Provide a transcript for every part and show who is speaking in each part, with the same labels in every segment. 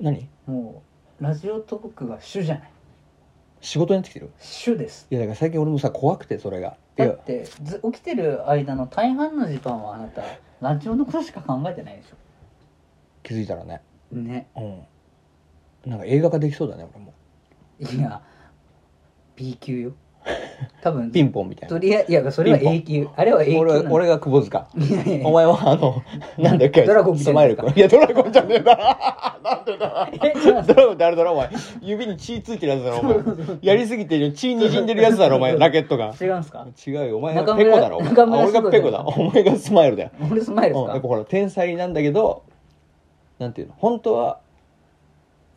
Speaker 1: 何
Speaker 2: もうラジオトークが主じゃない
Speaker 1: 仕事になってきてる
Speaker 2: 主です
Speaker 1: いやだから最近俺もさ怖くてそれがい
Speaker 2: だ
Speaker 1: や
Speaker 2: ってず起きてる間の大半の時間はあなたラジオのことしか考えてないでし
Speaker 1: 気づいたらね
Speaker 2: ょね
Speaker 1: うんなんか映画化できそうだね俺も
Speaker 2: いや B 級 よ多分
Speaker 1: ピンポンみたいな
Speaker 2: とりあえずいやそれは A 級あれは A 級
Speaker 1: 俺
Speaker 2: な
Speaker 1: は
Speaker 2: の
Speaker 1: 俺が窪塚
Speaker 2: いやいやいや
Speaker 1: お前はあ のなんだっけ
Speaker 2: ドラゴンみた
Speaker 1: ス
Speaker 2: いな
Speaker 1: マイル君いやドラゴンじゃねえななんでだ
Speaker 2: え違う
Speaker 1: ドラゴンってあれだろお前指に血ついてるやつだろお前やりすぎてる血にじんでるやつだろお前ラケットが
Speaker 2: 違うんすか
Speaker 1: 違うよお前
Speaker 2: 中
Speaker 1: がペ
Speaker 2: 村
Speaker 1: コだろお前
Speaker 2: 中村
Speaker 1: あ俺がペコだ
Speaker 2: すご
Speaker 1: お前がスマイルだよ
Speaker 2: 俺スマイルです
Speaker 1: うん、
Speaker 2: か
Speaker 1: やっぱほら天才なんだけどなんていうの本当は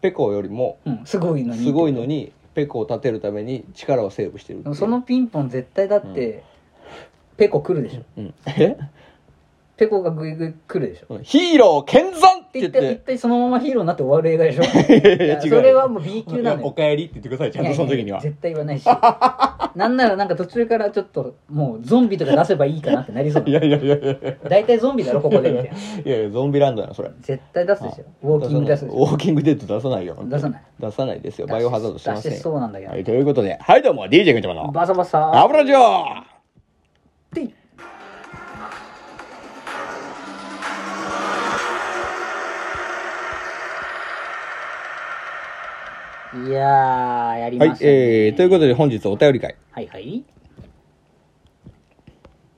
Speaker 1: ペコよりも
Speaker 2: うん、すごいのに
Speaker 1: すごいのにペコを立てるために力をセーブしてるって
Speaker 2: で
Speaker 1: い
Speaker 2: も
Speaker 1: う
Speaker 2: そのピンポン絶対だって、ペコ来るでしょ
Speaker 1: うん、え
Speaker 2: ペコがグイグイ来るでしょっ
Speaker 1: うんヒーロー健山ってて言って
Speaker 2: 言っ一
Speaker 1: て
Speaker 2: 体そのままヒーローになって終わる映画 でしょいや
Speaker 1: 違う
Speaker 2: それはもう B 級なの
Speaker 1: いやお
Speaker 2: よ
Speaker 1: かえりって言ってくださいちゃんとその時にはい
Speaker 2: やいや絶対言わないしなんならなんか途中からちょっともうゾンビとか出せばいいかなってなりそう
Speaker 1: い
Speaker 2: な
Speaker 1: やいやいやいやいや
Speaker 2: の大体ゾンビだろここでみたいない
Speaker 1: やいやゾンビランドやなそれ
Speaker 2: 絶対出すでしょウォーキング出すでし
Speaker 1: ウ
Speaker 2: ょ
Speaker 1: ォーキングデッド出さないよ
Speaker 2: 出さない
Speaker 1: 出さないですよバイオハザードしてません
Speaker 2: 出
Speaker 1: よ
Speaker 2: しそうなんだけど、
Speaker 1: はいということではいどうも DJ くんちゃまの
Speaker 2: バサバサ
Speaker 1: 油嬢
Speaker 2: っていやーやり
Speaker 1: は
Speaker 2: ま
Speaker 1: い
Speaker 2: したね、
Speaker 1: えーということで本日お便り会
Speaker 2: はいはい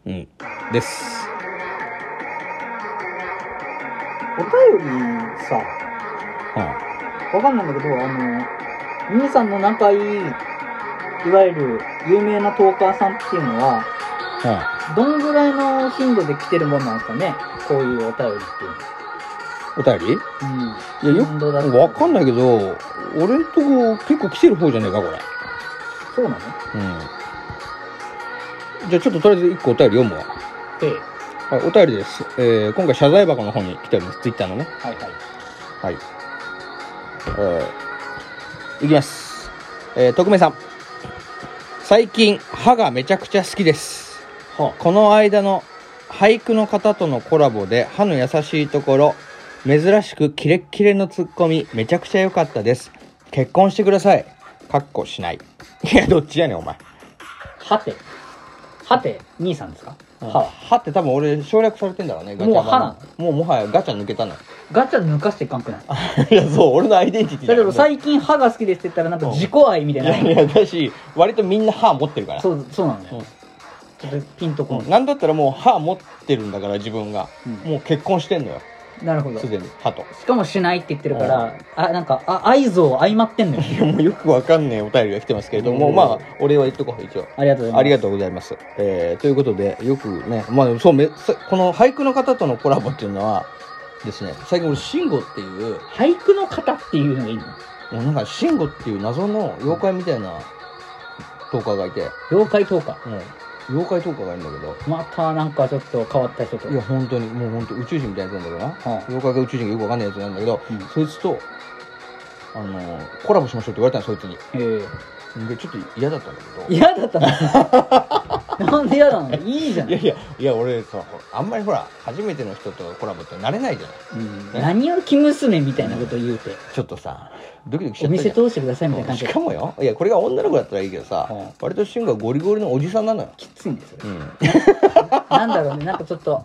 Speaker 1: うんです
Speaker 2: お便りさ
Speaker 1: は
Speaker 2: わかんないんだけどあの兄さんの仲いいいわゆる有名なトーカーさんっていうのはい
Speaker 1: は
Speaker 2: どんぐらいの頻度で来てるもんなんですかねこういうお便りっていう
Speaker 1: いお便り
Speaker 2: の
Speaker 1: いやよ
Speaker 2: 頻度だった
Speaker 1: く
Speaker 2: り
Speaker 1: わかんないけど俺んとこ結構来てる方じゃねえかこれ
Speaker 2: そうなの
Speaker 1: うんじゃあちょっととりあえず1個お便り読むわ
Speaker 2: ええ
Speaker 1: はいお便りです、えー今回謝罪箱の方に来ておりますツイッターのね
Speaker 2: はいはい
Speaker 1: はいえーいきますえー徳明さん最近歯がめちゃくちゃ好きです
Speaker 2: は
Speaker 1: この間の俳句の方とのコラボで歯の優しいところ珍しくキレッキレのツッコミめちゃくちゃ良かったです結婚してくださいかっこしないいやどっちやねんお前
Speaker 2: はて。はて、兄さんですか、
Speaker 1: 歯
Speaker 2: は
Speaker 1: 歯って多分俺省略されてんだろうねガチャ
Speaker 2: もう歯な
Speaker 1: のもうもはやガチャ抜けた の
Speaker 2: ガチャ抜かしていかんくないだ
Speaker 1: いやそう俺のアイデンティティ
Speaker 2: けど
Speaker 1: 最
Speaker 2: 最近歯が好きですって言ったらなんか自己愛みたい
Speaker 1: いや
Speaker 2: な。
Speaker 1: いやだし割とみんな歯持ってるから
Speaker 2: そう、そうなんだ
Speaker 1: うん
Speaker 2: よ。ちょっとピンとこ
Speaker 1: なんだったらもう歯持ってるんだから自分が、
Speaker 2: うん
Speaker 1: もう結婚してんのよ
Speaker 2: ん。なるほど。
Speaker 1: す
Speaker 2: し
Speaker 1: でに歯と
Speaker 2: かもしないって言ってるから、あ、なんか、あ、合図を相まってんのよ。
Speaker 1: いやもうよくわかんねえお便りが来てますけれども、
Speaker 2: うん
Speaker 1: まあお礼は言っとこう一応
Speaker 2: ありがとうございます。
Speaker 1: ありが
Speaker 2: と
Speaker 1: とうございます、えーということでよくねまあそうめさこの俳句の方とのコラボっていうのはですね最近俺慎吾っていう
Speaker 2: う。俳句の方っていうのがいいの
Speaker 1: もうなんか慎吾っていう謎の妖怪みたいなトーカーがいて、
Speaker 2: 妖怪とか。
Speaker 1: うん、妖怪トーカーがいるんだけど
Speaker 2: またなんかちょっと変わった人と。
Speaker 1: いや本当にもう本当宇宙人みたいなやつなんだけどな、
Speaker 2: はい
Speaker 1: 妖怪か宇宙人かよくわかんないやつなんだけど、
Speaker 2: うん
Speaker 1: そいつとあのーコラボしましょうって言われたのそいつに
Speaker 2: ええ
Speaker 1: でちょっと嫌だったんだけど
Speaker 2: 嫌だったの なんで嫌なのいいじゃん。
Speaker 1: いやいや俺さほらあんまりほら初めての人とコラボって慣れないじゃない
Speaker 2: うん何を生娘みたいなこと言うて、
Speaker 1: ちょっとさドキドキしち
Speaker 2: お
Speaker 1: ゃったじ
Speaker 2: 店
Speaker 1: ゃん
Speaker 2: 通してくださいみたいな感じ
Speaker 1: し
Speaker 2: で
Speaker 1: かもよいやこれが女の子だったらいいけどさ、
Speaker 2: うん
Speaker 1: 割とシンがゴリゴリのおじさんなのよ、
Speaker 2: きついんですよ
Speaker 1: うん、
Speaker 2: なんだろうね、なんかちょっと、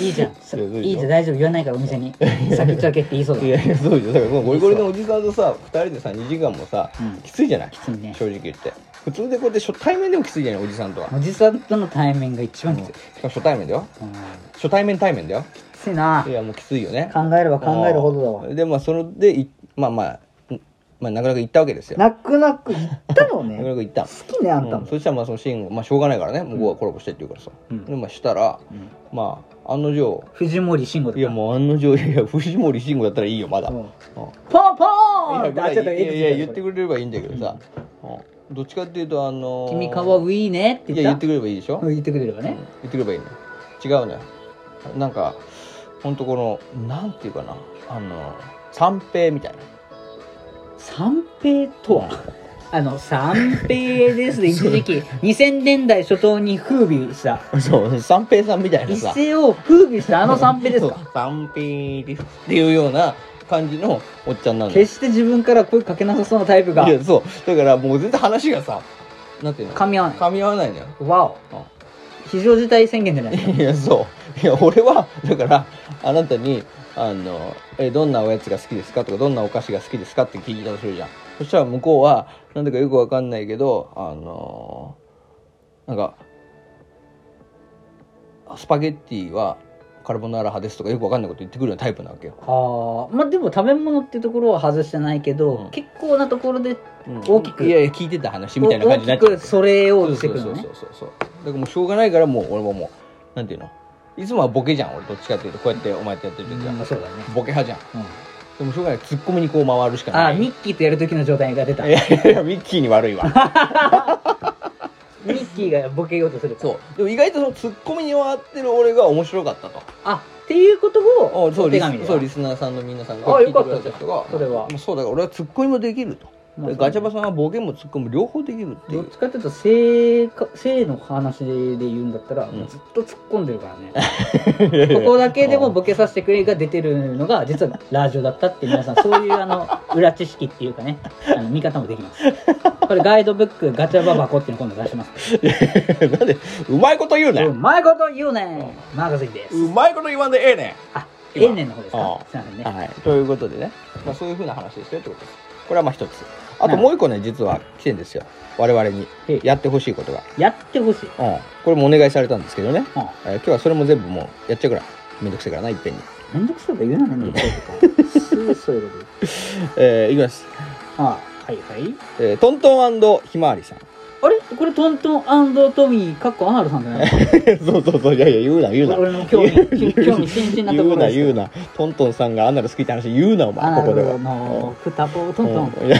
Speaker 2: いいじゃん。それ
Speaker 1: いやどういうの
Speaker 2: いいじゃん、大丈夫、言わないからお店に。先っちょ開けって言いそうだ
Speaker 1: い
Speaker 2: ね。
Speaker 1: やいやそうじゃんだからこのゴリゴリのおじさんとさ2人でさ2時間もさ、
Speaker 2: うん
Speaker 1: きついじゃない
Speaker 2: きついね。
Speaker 1: 正直言って普通でこうやって初対面でもきついじゃないおじさんとは、
Speaker 2: おじさんとの対面が一番き
Speaker 1: し
Speaker 2: つい
Speaker 1: か。も初対面だよ
Speaker 2: うん
Speaker 1: 初対面対面だよ。
Speaker 2: きついない
Speaker 1: やもうきついよね
Speaker 2: 考えれば考えるほどだわ。
Speaker 1: でまあそれでいまあまあんまあなかなか行ったわけですよな
Speaker 2: 泣く泣く言ったの
Speaker 1: かな
Speaker 2: ね。
Speaker 1: か行った
Speaker 2: 好きね、あんた
Speaker 1: うん
Speaker 2: も。
Speaker 1: そしたらまあそのシーンをまあしょうがないからね向こうはコラボしてって言うからさ、
Speaker 2: うん
Speaker 1: でまあしたら、
Speaker 2: うん
Speaker 1: まあ案の定
Speaker 2: 藤森慎吾だ
Speaker 1: いやもう案の定いやいや藤森慎吾だったらいいよまだ、
Speaker 2: う
Speaker 1: うん
Speaker 2: んポンポーン
Speaker 1: い
Speaker 2: って
Speaker 1: や
Speaker 2: あちょっと
Speaker 1: いやいや言って
Speaker 2: く
Speaker 1: くれればいいんだけどさ、うんどっちかっていうとあのー
Speaker 2: 君かわいいねって
Speaker 1: い
Speaker 2: 言
Speaker 1: や言
Speaker 2: っ
Speaker 1: ってく
Speaker 2: た
Speaker 1: れればいいでしょ、
Speaker 2: うん言ってくれればね。
Speaker 1: 言ってくればいいね違うねなんかほんとこのなんていうかなあの三平みたいな
Speaker 2: 三平とはあの三平ですね一時期2000年代初頭に風靡した
Speaker 1: そう三平さんみたいな
Speaker 2: 一
Speaker 1: さ
Speaker 2: 世を風靡したあの三平です
Speaker 1: そ
Speaker 2: か
Speaker 1: う三平ですっていうような感じのおっちゃんなんです
Speaker 2: 決して自分から声かけなさそうなタイプが
Speaker 1: いやそうだからもう全然話がさなんていうの
Speaker 2: 噛み合わな
Speaker 1: 噛み合わないのよ
Speaker 2: いわ
Speaker 1: あ
Speaker 2: お非常事態宣言じゃないですか
Speaker 1: いやそういや俺はだからあなたにあのえ「どんなおやつが好きですか?」とか「どんなお菓子が好きですか?」って聞いたとするじゃんそしたら向こうはなんだかよくわかんないけどあのなんか「スパゲッティはカルボナーラ派です」とかよくわかんないこと言ってくるようなタイプなわけよ、
Speaker 2: はあまあでも食べ物っていうところは外してないけど、
Speaker 1: うん
Speaker 2: 結構なところで
Speaker 1: うん
Speaker 2: 大きく
Speaker 1: いやいや聞いてた話みたいな感じになっ
Speaker 2: 大
Speaker 1: ちゃう
Speaker 2: きくそれ
Speaker 1: そ
Speaker 2: を
Speaker 1: う
Speaker 2: して
Speaker 1: そ
Speaker 2: く
Speaker 1: う
Speaker 2: る
Speaker 1: そ
Speaker 2: の
Speaker 1: う
Speaker 2: ね
Speaker 1: そうそうだからもうしょうがないからもう俺ももうなんていうのいつもはボケじゃん俺どっちかっていうとこうやってお前とやってる時は、
Speaker 2: うんそうだね、
Speaker 1: ボケ派じゃん
Speaker 2: うん
Speaker 1: でもしょうがないツッコミにこう回るしかない
Speaker 2: あミッキーとやる時の状態が出た
Speaker 1: い
Speaker 2: ミ
Speaker 1: やいやいやミッキーに悪いわ
Speaker 2: ッキーがボケようとするから
Speaker 1: そうでも意外とそのツッコミに回ってる俺が面白かったと
Speaker 2: あっていうことを
Speaker 1: そう
Speaker 2: お
Speaker 1: リス
Speaker 2: 手紙で
Speaker 1: そうリスナーさんの皆さんが
Speaker 2: あ
Speaker 1: 聞いて
Speaker 2: よか
Speaker 1: く
Speaker 2: っ
Speaker 1: れた
Speaker 2: たじゃん
Speaker 1: 人が
Speaker 2: それは
Speaker 1: もうそうだから俺はツッコミもできると
Speaker 2: まあ
Speaker 1: でガチャバさんはボケもツッコミ両方できるってい
Speaker 2: どっ
Speaker 1: う
Speaker 2: ちかっていうと性か性の話で言うんだったら、
Speaker 1: うん
Speaker 2: ずっと突っ込んでるからね
Speaker 1: こ
Speaker 2: ここだけでもボケさせてくれが出てるのが実はラジオだったって皆さんそういう あの裏知識っていうかねあの見方もできますこれガイドブックガチャババコっていうの今度出します
Speaker 1: なんでうまいこと言うね
Speaker 2: うまいこと言うねマガジンです
Speaker 1: うまいこと言わんでええね
Speaker 2: あ
Speaker 1: 今
Speaker 2: ええねんの方です
Speaker 1: あ
Speaker 2: か
Speaker 1: あ
Speaker 2: すいませんね
Speaker 1: はいということでね、まあ、そういうふうな話ですよってことですこれはまあ一つあともう一個ね実は来てんですよ我々に
Speaker 2: ええ
Speaker 1: やってほしいことが、
Speaker 2: やってほしい、
Speaker 1: うん、これもお願いされたんですけどね
Speaker 2: うん
Speaker 1: えー今日はそれも全部もうやっちゃうからめんどくせえからないっぺんに、
Speaker 2: めんどくさいこと言うな、めんどくさいとか。すぐそういうこと言う。
Speaker 1: えーいきます、
Speaker 2: ああ、はいはい。
Speaker 1: えートントンひまわりさん
Speaker 2: あれこれトントントミー、かっこアナルさんじゃない
Speaker 1: そうそうそういやいや言うな言うな
Speaker 2: 俺の興味、興味津々な
Speaker 1: 言う
Speaker 2: ところ
Speaker 1: な
Speaker 2: です
Speaker 1: 言うなトントンさんがアナル好きって話言うなお
Speaker 2: ア
Speaker 1: 前
Speaker 2: ナ
Speaker 1: ここでは
Speaker 2: ルのふたぽトントン。
Speaker 1: うんいや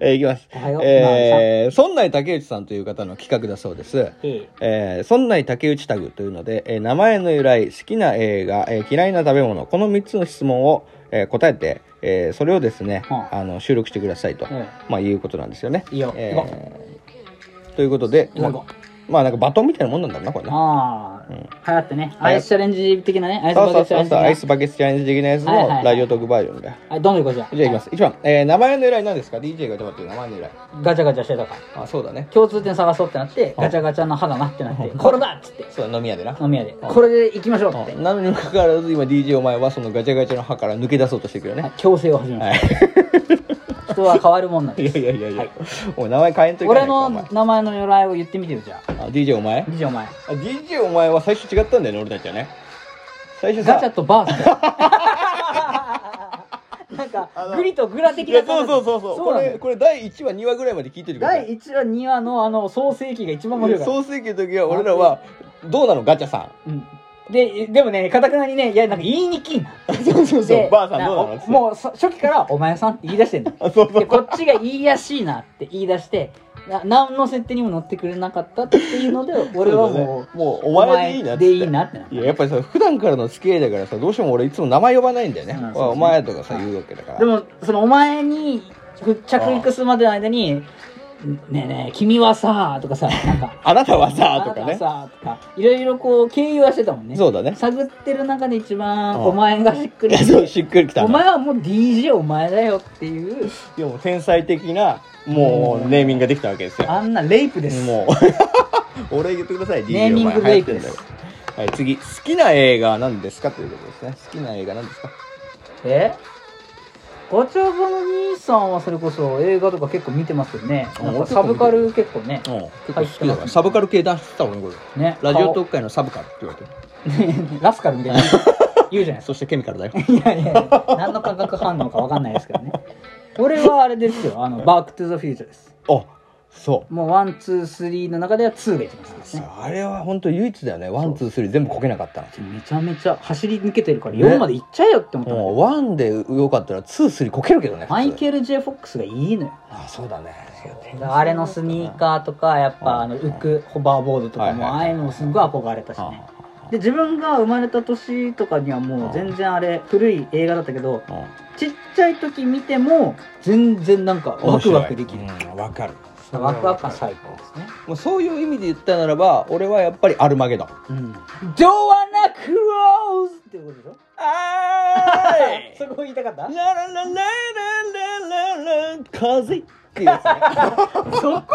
Speaker 1: えーいきます
Speaker 2: おはよう。
Speaker 1: えー、村内竹内さんという方の企画だそうです
Speaker 2: まあさえ
Speaker 1: えー、そんない竹内タグというので、えー名前の由来、好きな映画、えー嫌いな食べ物、この3つの質問を、えー答えて、えーそれをですね、
Speaker 2: は
Speaker 1: あの収録してくださいと、
Speaker 2: え
Speaker 1: まあ、いうことなんですよね。
Speaker 2: いいよ
Speaker 1: え
Speaker 2: 行こ
Speaker 1: ーということで、
Speaker 2: 行
Speaker 1: ま
Speaker 2: こ
Speaker 1: あ、まあなんかバトンみたいなもんなんだろうな、これね。
Speaker 2: あ
Speaker 1: う
Speaker 2: あ、
Speaker 1: ん
Speaker 2: 流行ってね。アイスチャレンジ的なね。アイス
Speaker 1: そうそ
Speaker 2: バケ
Speaker 1: う
Speaker 2: ツ
Speaker 1: そう
Speaker 2: チャレ
Speaker 1: そう、
Speaker 2: ンジ的な。
Speaker 1: アイスバケツチャレンジ的なやつ
Speaker 2: はいはいは
Speaker 1: の
Speaker 2: い
Speaker 1: ラジオトークバージョンで。
Speaker 2: はい、どんどん行こうじゃあ。
Speaker 1: じゃあいきます。1番、えー名前の由来なんですか ?DJ がちょっと待って名前の由来。
Speaker 2: ガチャガチャしてたから。
Speaker 1: あ、そうだね。
Speaker 2: 共通点探そうってなって、
Speaker 1: はい
Speaker 2: ガチャガチャの歯がなってなって、
Speaker 1: うん
Speaker 2: これだっつって、
Speaker 1: そう、飲み屋でな。
Speaker 2: 飲み屋で。
Speaker 1: ん
Speaker 2: これで行きましょうって
Speaker 1: うん。なのにもかかわらず、今 DJ お前はそのガチャガチャの歯から抜け出そうとしてくるよね。
Speaker 2: はい強制を始めま
Speaker 1: は
Speaker 2: し
Speaker 1: い。
Speaker 2: た。人は変わるもんなん
Speaker 1: い
Speaker 2: で
Speaker 1: や
Speaker 2: す
Speaker 1: い。やいやいや、
Speaker 2: はい
Speaker 1: おい名前変えんといけない
Speaker 2: 俺
Speaker 1: かお
Speaker 2: の
Speaker 1: 前あ
Speaker 2: 名前の由来を言ってみてよじゃあ
Speaker 1: DJ お前あ
Speaker 2: 二条お前
Speaker 1: DJ お前は最初違ったんだよね俺たちはね最初さ
Speaker 2: ガチャとバー スだなん
Speaker 1: あ
Speaker 2: か
Speaker 1: の
Speaker 2: グリとグラ的
Speaker 1: い
Speaker 2: な
Speaker 1: やそうそうそうそう
Speaker 2: そ
Speaker 1: こ
Speaker 2: うなんだ
Speaker 1: れ
Speaker 2: よ
Speaker 1: これ第1話2話ぐらいまで聞いててください
Speaker 2: 第1話2話のあの創世記が一番面白いから
Speaker 1: 創世記の時は俺らはどうなのガチャ さ
Speaker 2: うんででもねかたくなにねいやなんか言いにきいなん
Speaker 1: そうそうそう
Speaker 2: で
Speaker 1: ばあさんどうなの
Speaker 2: お
Speaker 1: っつって
Speaker 2: もうそ初期から「お前さん」って言い出してんの
Speaker 1: あ そうそ
Speaker 2: で
Speaker 1: う
Speaker 2: こっちが言いやしいなって言い出してな何の設定にも乗ってくれなかったっていう ので俺はも
Speaker 1: そう
Speaker 2: う
Speaker 1: だねもうお前でいいなっつって
Speaker 2: でいいなってなった
Speaker 1: いややっぱりさ普段からの付き合いだからさどうしても俺いつも名前呼ばないんだよね
Speaker 2: そうなんですよ
Speaker 1: お前とかさ言うわけだから
Speaker 2: でもそのお前に着陸するまでの間に「ねえねえ君はさ」とかさなんか
Speaker 1: あなたは
Speaker 2: 「あ
Speaker 1: さ
Speaker 2: な
Speaker 1: と
Speaker 2: た
Speaker 1: か
Speaker 2: は
Speaker 1: ね
Speaker 2: さ」とかいろいろこう経由はしてたもんね
Speaker 1: そうだね
Speaker 2: 探ってる中で一
Speaker 1: う
Speaker 2: 番
Speaker 1: ん
Speaker 2: お前がしっく
Speaker 1: い
Speaker 2: り
Speaker 1: や
Speaker 2: きて
Speaker 1: そうしっくりきたの
Speaker 2: お前はもう DJ お前だよっていう
Speaker 1: でも天才的なもうネーミングができたわけですよ
Speaker 2: あんなレイプです
Speaker 1: も うお礼言ってください
Speaker 2: ネーミング
Speaker 1: DJ お前
Speaker 2: ブレイク
Speaker 1: 流行ってんだよはい次好きな映画は何ですかということですね好きな映画何ですか
Speaker 2: えガチャバの兄さんはそれこそ映画とか結構見てますよね
Speaker 1: あ
Speaker 2: なんか
Speaker 1: 俺
Speaker 2: サブカル結構ね
Speaker 1: うん結構
Speaker 2: 構
Speaker 1: 好
Speaker 2: 好
Speaker 1: き
Speaker 2: き
Speaker 1: だ
Speaker 2: だ
Speaker 1: か
Speaker 2: からら
Speaker 1: サブカル系出してた俺これ
Speaker 2: ね
Speaker 1: ラジオトーク界のサブカルって言われてる
Speaker 2: ーラスカルみたいな言うじゃないですか
Speaker 1: そしてケミカル だよ
Speaker 2: いやいやいや何の化学反応か分かんないですけどね俺はあれですよあのバック・トゥ・ザ・フューチャーです
Speaker 1: あそ
Speaker 2: もうワンツースリーの中では2が一番好きです
Speaker 1: う
Speaker 2: ね
Speaker 1: あれは本当唯一だよねワンツースリー全部こけなかったの
Speaker 2: めちゃめちゃ走り抜けてるから
Speaker 1: ね
Speaker 2: 4まで行っちゃえよって思ったの、
Speaker 1: もうワンでよかったらツースリーこけるけどね
Speaker 2: マイ
Speaker 1: ル
Speaker 2: ケル・ J ・フォックスがいいのよ
Speaker 1: あそうだね
Speaker 2: あれのスニーカーとかやっぱあの浮くホバーボードとか
Speaker 1: はい
Speaker 2: も
Speaker 1: はい
Speaker 2: ああいうのもすごい憧れたしね
Speaker 1: あ
Speaker 2: で自分が生まれた年とかにはもう全然あれ古い映画だったけど
Speaker 1: あ
Speaker 2: ちっちゃい時見ても全然なんかワクワクできる
Speaker 1: うんわかる
Speaker 2: そのワクワク感最高ですね。
Speaker 1: もうそういう意味で言ったならば俺はやっぱりアルマゲドン
Speaker 2: うん。ドアナクローズってことでしょ
Speaker 1: あーい
Speaker 2: そこ言いたかった
Speaker 1: ララララララララ風っていうやつねそこ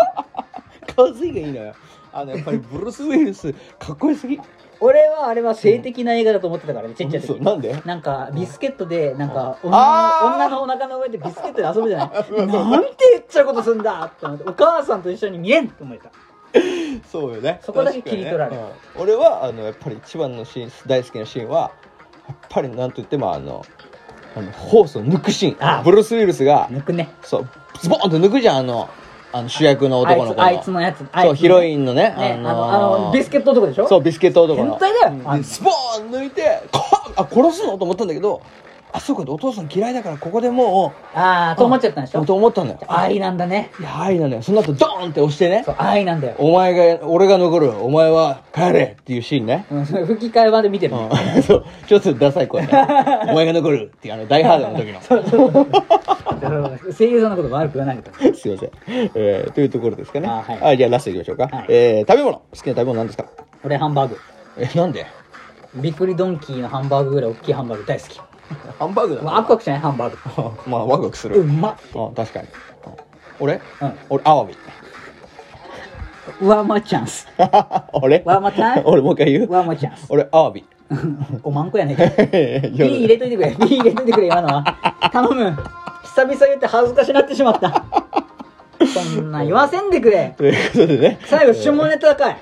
Speaker 1: 風がいいのよあのやっぱりブルース・ウィルスかっこよすぎ
Speaker 2: 俺はあれは性的な映画だと思ってたからね、ちっちゃい
Speaker 1: そう
Speaker 2: 時。
Speaker 1: なんで
Speaker 2: なんかビスケットでなんか女
Speaker 1: あー
Speaker 2: の女のお腹の上でビスケットで遊ぶ じゃないなんて言っちゃうことすんだって思ってお母さんと一緒に見えんって思えた
Speaker 1: そうよね
Speaker 2: そこだけ切り取ら
Speaker 1: 確か
Speaker 2: れる
Speaker 1: にねうん俺はあのやっぱり一番のシーン大好きなシーンはやっぱりなんといってもあのあのホースを抜くシー
Speaker 2: あ
Speaker 1: ンブルース・ウィルスが
Speaker 2: 抜くね
Speaker 1: そうズボンと抜くじゃんあのあの主役の
Speaker 2: あい
Speaker 1: 男の子
Speaker 2: つ
Speaker 1: の
Speaker 2: あいつのやつあ
Speaker 1: そ
Speaker 2: いつ
Speaker 1: う
Speaker 2: の
Speaker 1: ヒロインのね
Speaker 2: ねあ
Speaker 1: あの
Speaker 2: のあのビスケット男でしょ
Speaker 1: そうビスケット男の
Speaker 2: 変態だよあん
Speaker 1: で
Speaker 2: た
Speaker 1: スポーン抜いてこあ殺すのと思ったんだけどあそうかお父さん嫌いだからここでも
Speaker 2: ああと思っちゃったんでし
Speaker 1: う
Speaker 2: ょ
Speaker 1: と思ったんだよ
Speaker 2: 愛なんだね
Speaker 1: いや愛なのよその後ドーンって押してね
Speaker 2: そう愛なんだよ
Speaker 1: お前が俺が残るお前は帰れっていうシーンね
Speaker 2: うんそれ吹き替え版で見てる ね
Speaker 1: うん そうちょっとダサい 声ねお前が残るっていうあの大ハードの時の
Speaker 2: 声優さんのこと悪く言わないでくださ い
Speaker 1: すいません、えーというところですかね
Speaker 2: あはい
Speaker 1: じゃあラストいきましょうか、
Speaker 2: はい
Speaker 1: えー食べ物好きな食べ物なんですか
Speaker 2: 俺ハンバーグ
Speaker 1: えなんで
Speaker 2: びっくりドンキーのハンバーグぐらい大きいハンバーグ大好き
Speaker 1: ハンバーグだ
Speaker 2: ワクワクしないハンバー
Speaker 1: まあワクワクす
Speaker 2: グ
Speaker 1: る、
Speaker 2: うまっ
Speaker 1: あ確かにうん俺
Speaker 2: うん
Speaker 1: 俺アワビ
Speaker 2: ワーマーチャンス
Speaker 1: 俺
Speaker 2: ワーマーチャン
Speaker 1: 俺もう一回言
Speaker 2: ス
Speaker 1: う
Speaker 2: ワーマーチャンス
Speaker 1: 俺アワビ
Speaker 2: おまんこやねんけど
Speaker 1: いやいや
Speaker 2: B 入れといてくれ B 入れといてくれ今のは頼む久々言って恥ずかしなってしまったそんなん言わせんでくれ
Speaker 1: ということでね
Speaker 2: 最後下ネタかい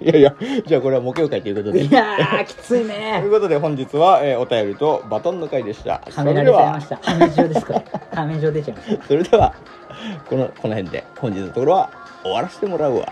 Speaker 1: いやいやじゃあこれは模型会ということ で
Speaker 2: いやーきつい
Speaker 1: とい
Speaker 2: ね
Speaker 1: うことで本日は、えーお便りとバトンの会でした
Speaker 2: は
Speaker 1: そ
Speaker 2: めら
Speaker 1: れ
Speaker 2: れ
Speaker 1: で
Speaker 2: ちゃいま
Speaker 1: は
Speaker 2: したはめ状ですこれはめ状出ちゃいました
Speaker 1: それではこのこの辺で本日のところは終わらせてもらうわ